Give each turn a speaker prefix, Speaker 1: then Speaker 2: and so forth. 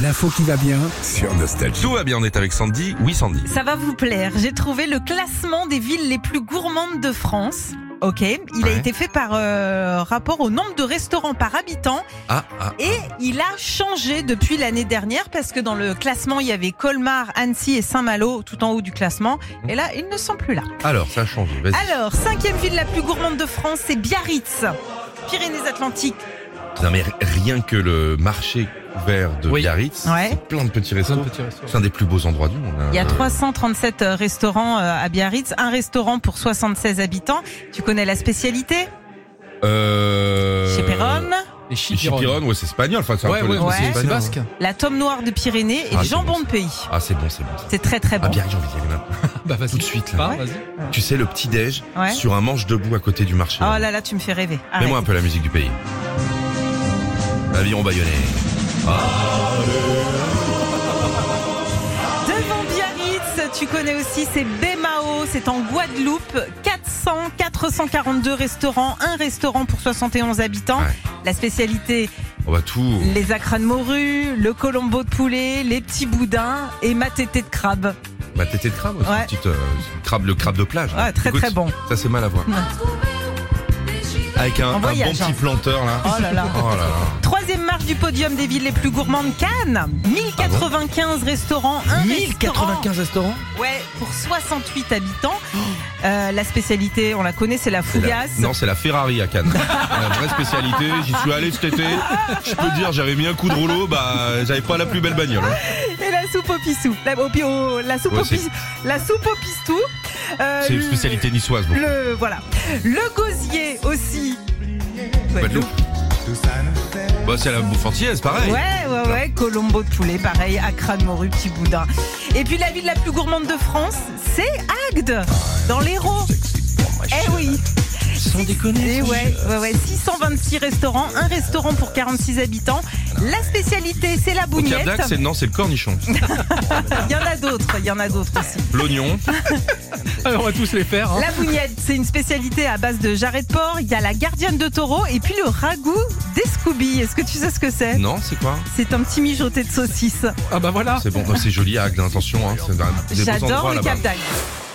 Speaker 1: L'info qui va bien.
Speaker 2: sur Nostalgie.
Speaker 3: Tout va bien, on est avec Sandy. Oui, Sandy.
Speaker 4: Ça va vous plaire. J'ai trouvé le classement des villes les plus gourmandes de France. Ok, il a
Speaker 3: Ouais.
Speaker 4: été fait par euh, rapport au nombre de restaurants par habitant
Speaker 3: Ah, ah.
Speaker 4: et il a changé depuis l'année dernière parce que dans le classement il y avait Colmar, Annecy et Saint-Malo tout en haut du classement et là ils ne sont plus là.
Speaker 3: Alors, ça a changé. Vas-y.
Speaker 4: Alors cinquième ville la plus gourmande de France c'est Biarritz, Pyrénées-Atlantiques. Ah.
Speaker 3: Non, mais rien que le marché ouvert de
Speaker 5: Oui.
Speaker 3: Biarritz,
Speaker 4: Ouais.
Speaker 3: c'est plein de petits
Speaker 5: Plein
Speaker 3: restos.
Speaker 5: de petits restos.
Speaker 3: C'est un des plus beaux endroits du monde. hein.
Speaker 4: Il y a 337 restaurants euh, à Biarritz, un restaurant pour 76 habitants. Tu connais la spécialité
Speaker 3: Euh...
Speaker 4: chez Péronne
Speaker 5: Les
Speaker 3: Les
Speaker 5: chipirones.
Speaker 3: Chipirones, ouais, c'est espagnol. Enfin, c'est un
Speaker 5: Ouais,
Speaker 3: peu
Speaker 5: ouais,
Speaker 3: les
Speaker 4: Ouais.
Speaker 3: trucs
Speaker 5: c'est-
Speaker 1: Bah
Speaker 5: c'est
Speaker 3: espagnols.
Speaker 5: basque.
Speaker 4: la tome noire de Pyrénées et
Speaker 3: Ah,
Speaker 4: le
Speaker 3: c'est
Speaker 4: jambon
Speaker 3: bon,
Speaker 4: de
Speaker 3: ça.
Speaker 4: pays.
Speaker 3: Ah, c'est bon, c'est bon. ça.
Speaker 4: C'est très très
Speaker 3: Ah,
Speaker 4: bon.
Speaker 3: bien, j'ai envie d'y aller maintenant.
Speaker 5: Bah, vas-y.
Speaker 3: Tout de suite, là.
Speaker 5: Pas, vas-y.
Speaker 3: Tu sais, le petit déj
Speaker 4: Ouais.
Speaker 3: sur un manche debout à côté du marché.
Speaker 4: Oh là là, tu me fais rêver. Arrête.
Speaker 3: Mets-moi un peu la musique du pays. Aviron bayonnais.
Speaker 4: Devant Biarritz, tu connais aussi, c'est Bémao, c'est en Guadeloupe. 400, 442 restaurants, un restaurant pour 71 habitants.
Speaker 3: Ouais.
Speaker 4: La spécialité,
Speaker 3: On va tout.
Speaker 4: les acras de morue, le colombo de poulet, les petits boudins et ma tétée de crabe.
Speaker 3: Ma tétée Bah, de crabe aussi.
Speaker 4: Ouais.
Speaker 3: une Petite, euh, une crabe, le crabe de plage.
Speaker 4: Ouais, très
Speaker 3: Écoute,
Speaker 4: très bon.
Speaker 3: Ça, c'est mal à voir.
Speaker 4: Ouais.
Speaker 3: Avec un,
Speaker 4: En
Speaker 3: un bon
Speaker 4: voyage, hein.
Speaker 3: petit planteur, là.
Speaker 4: Oh là là.
Speaker 3: Oh là là.
Speaker 4: Troisième marche du podium des villes les plus gourmandes, Cannes. 1095 restaurants, un restaurant.
Speaker 5: restaurants
Speaker 4: Ouais, pour 68 habitants. Euh, la spécialité, on la connaît, c'est la
Speaker 3: C'est la-
Speaker 4: fougasse.
Speaker 3: Non, c'est la Ferrari à Cannes. la vraie spécialité. J'y suis allé cet été. Je peux dire, j'avais mis un coup de rouleau. Bah, j'avais pas la plus belle bagnole. hein.
Speaker 4: Et la soupe au pissou. La, au pi- au- la soupe,
Speaker 3: Ouais,
Speaker 4: au,
Speaker 3: c'est-
Speaker 4: pis- la soupe au pistou. Euh,
Speaker 3: C'est une
Speaker 4: le-
Speaker 3: spécialité niçoise. Bon.
Speaker 4: Le, voilà. Le gosier aussi.
Speaker 3: Guadeloupe. Bah, c'est la bouffe antillaise, pareil.
Speaker 4: Ouais, ouais, ouais. Colombo de poulet, pareil. Accra de morue, petit boudin. Et puis la ville la plus gourmande de France, c'est Agde, dans l'Hérault.
Speaker 3: bah,
Speaker 4: Eh oui. Sans déconner. Eh Ouais, ouais, ouais. 626 restaurants, un restaurant pour 46 habitants. La spécialité, c'est la
Speaker 3: Au Cap
Speaker 4: bougnette.
Speaker 3: d'Ac, c'est non, c'est le cornichon.
Speaker 4: Il y en a d'autres, il y en a d'autres aussi.
Speaker 3: L'oignon.
Speaker 5: Ah, On va tous les faire. hein.
Speaker 4: La bougnette, c'est une spécialité à base de jarret de porc. Il y a la gardienne de taureau et puis le ragoût des Scooby. Est-ce que tu sais ce que c'est
Speaker 3: Non, c'est quoi
Speaker 4: C'est un petit mijoté de saucisse.
Speaker 5: Ah, bah voilà.
Speaker 3: C'est bon, c'est joli, Agde, attention. Hein, c'est un- des beaux
Speaker 4: J'adore
Speaker 3: endroits,
Speaker 4: le
Speaker 3: là-bas.
Speaker 4: Cap d'Agde.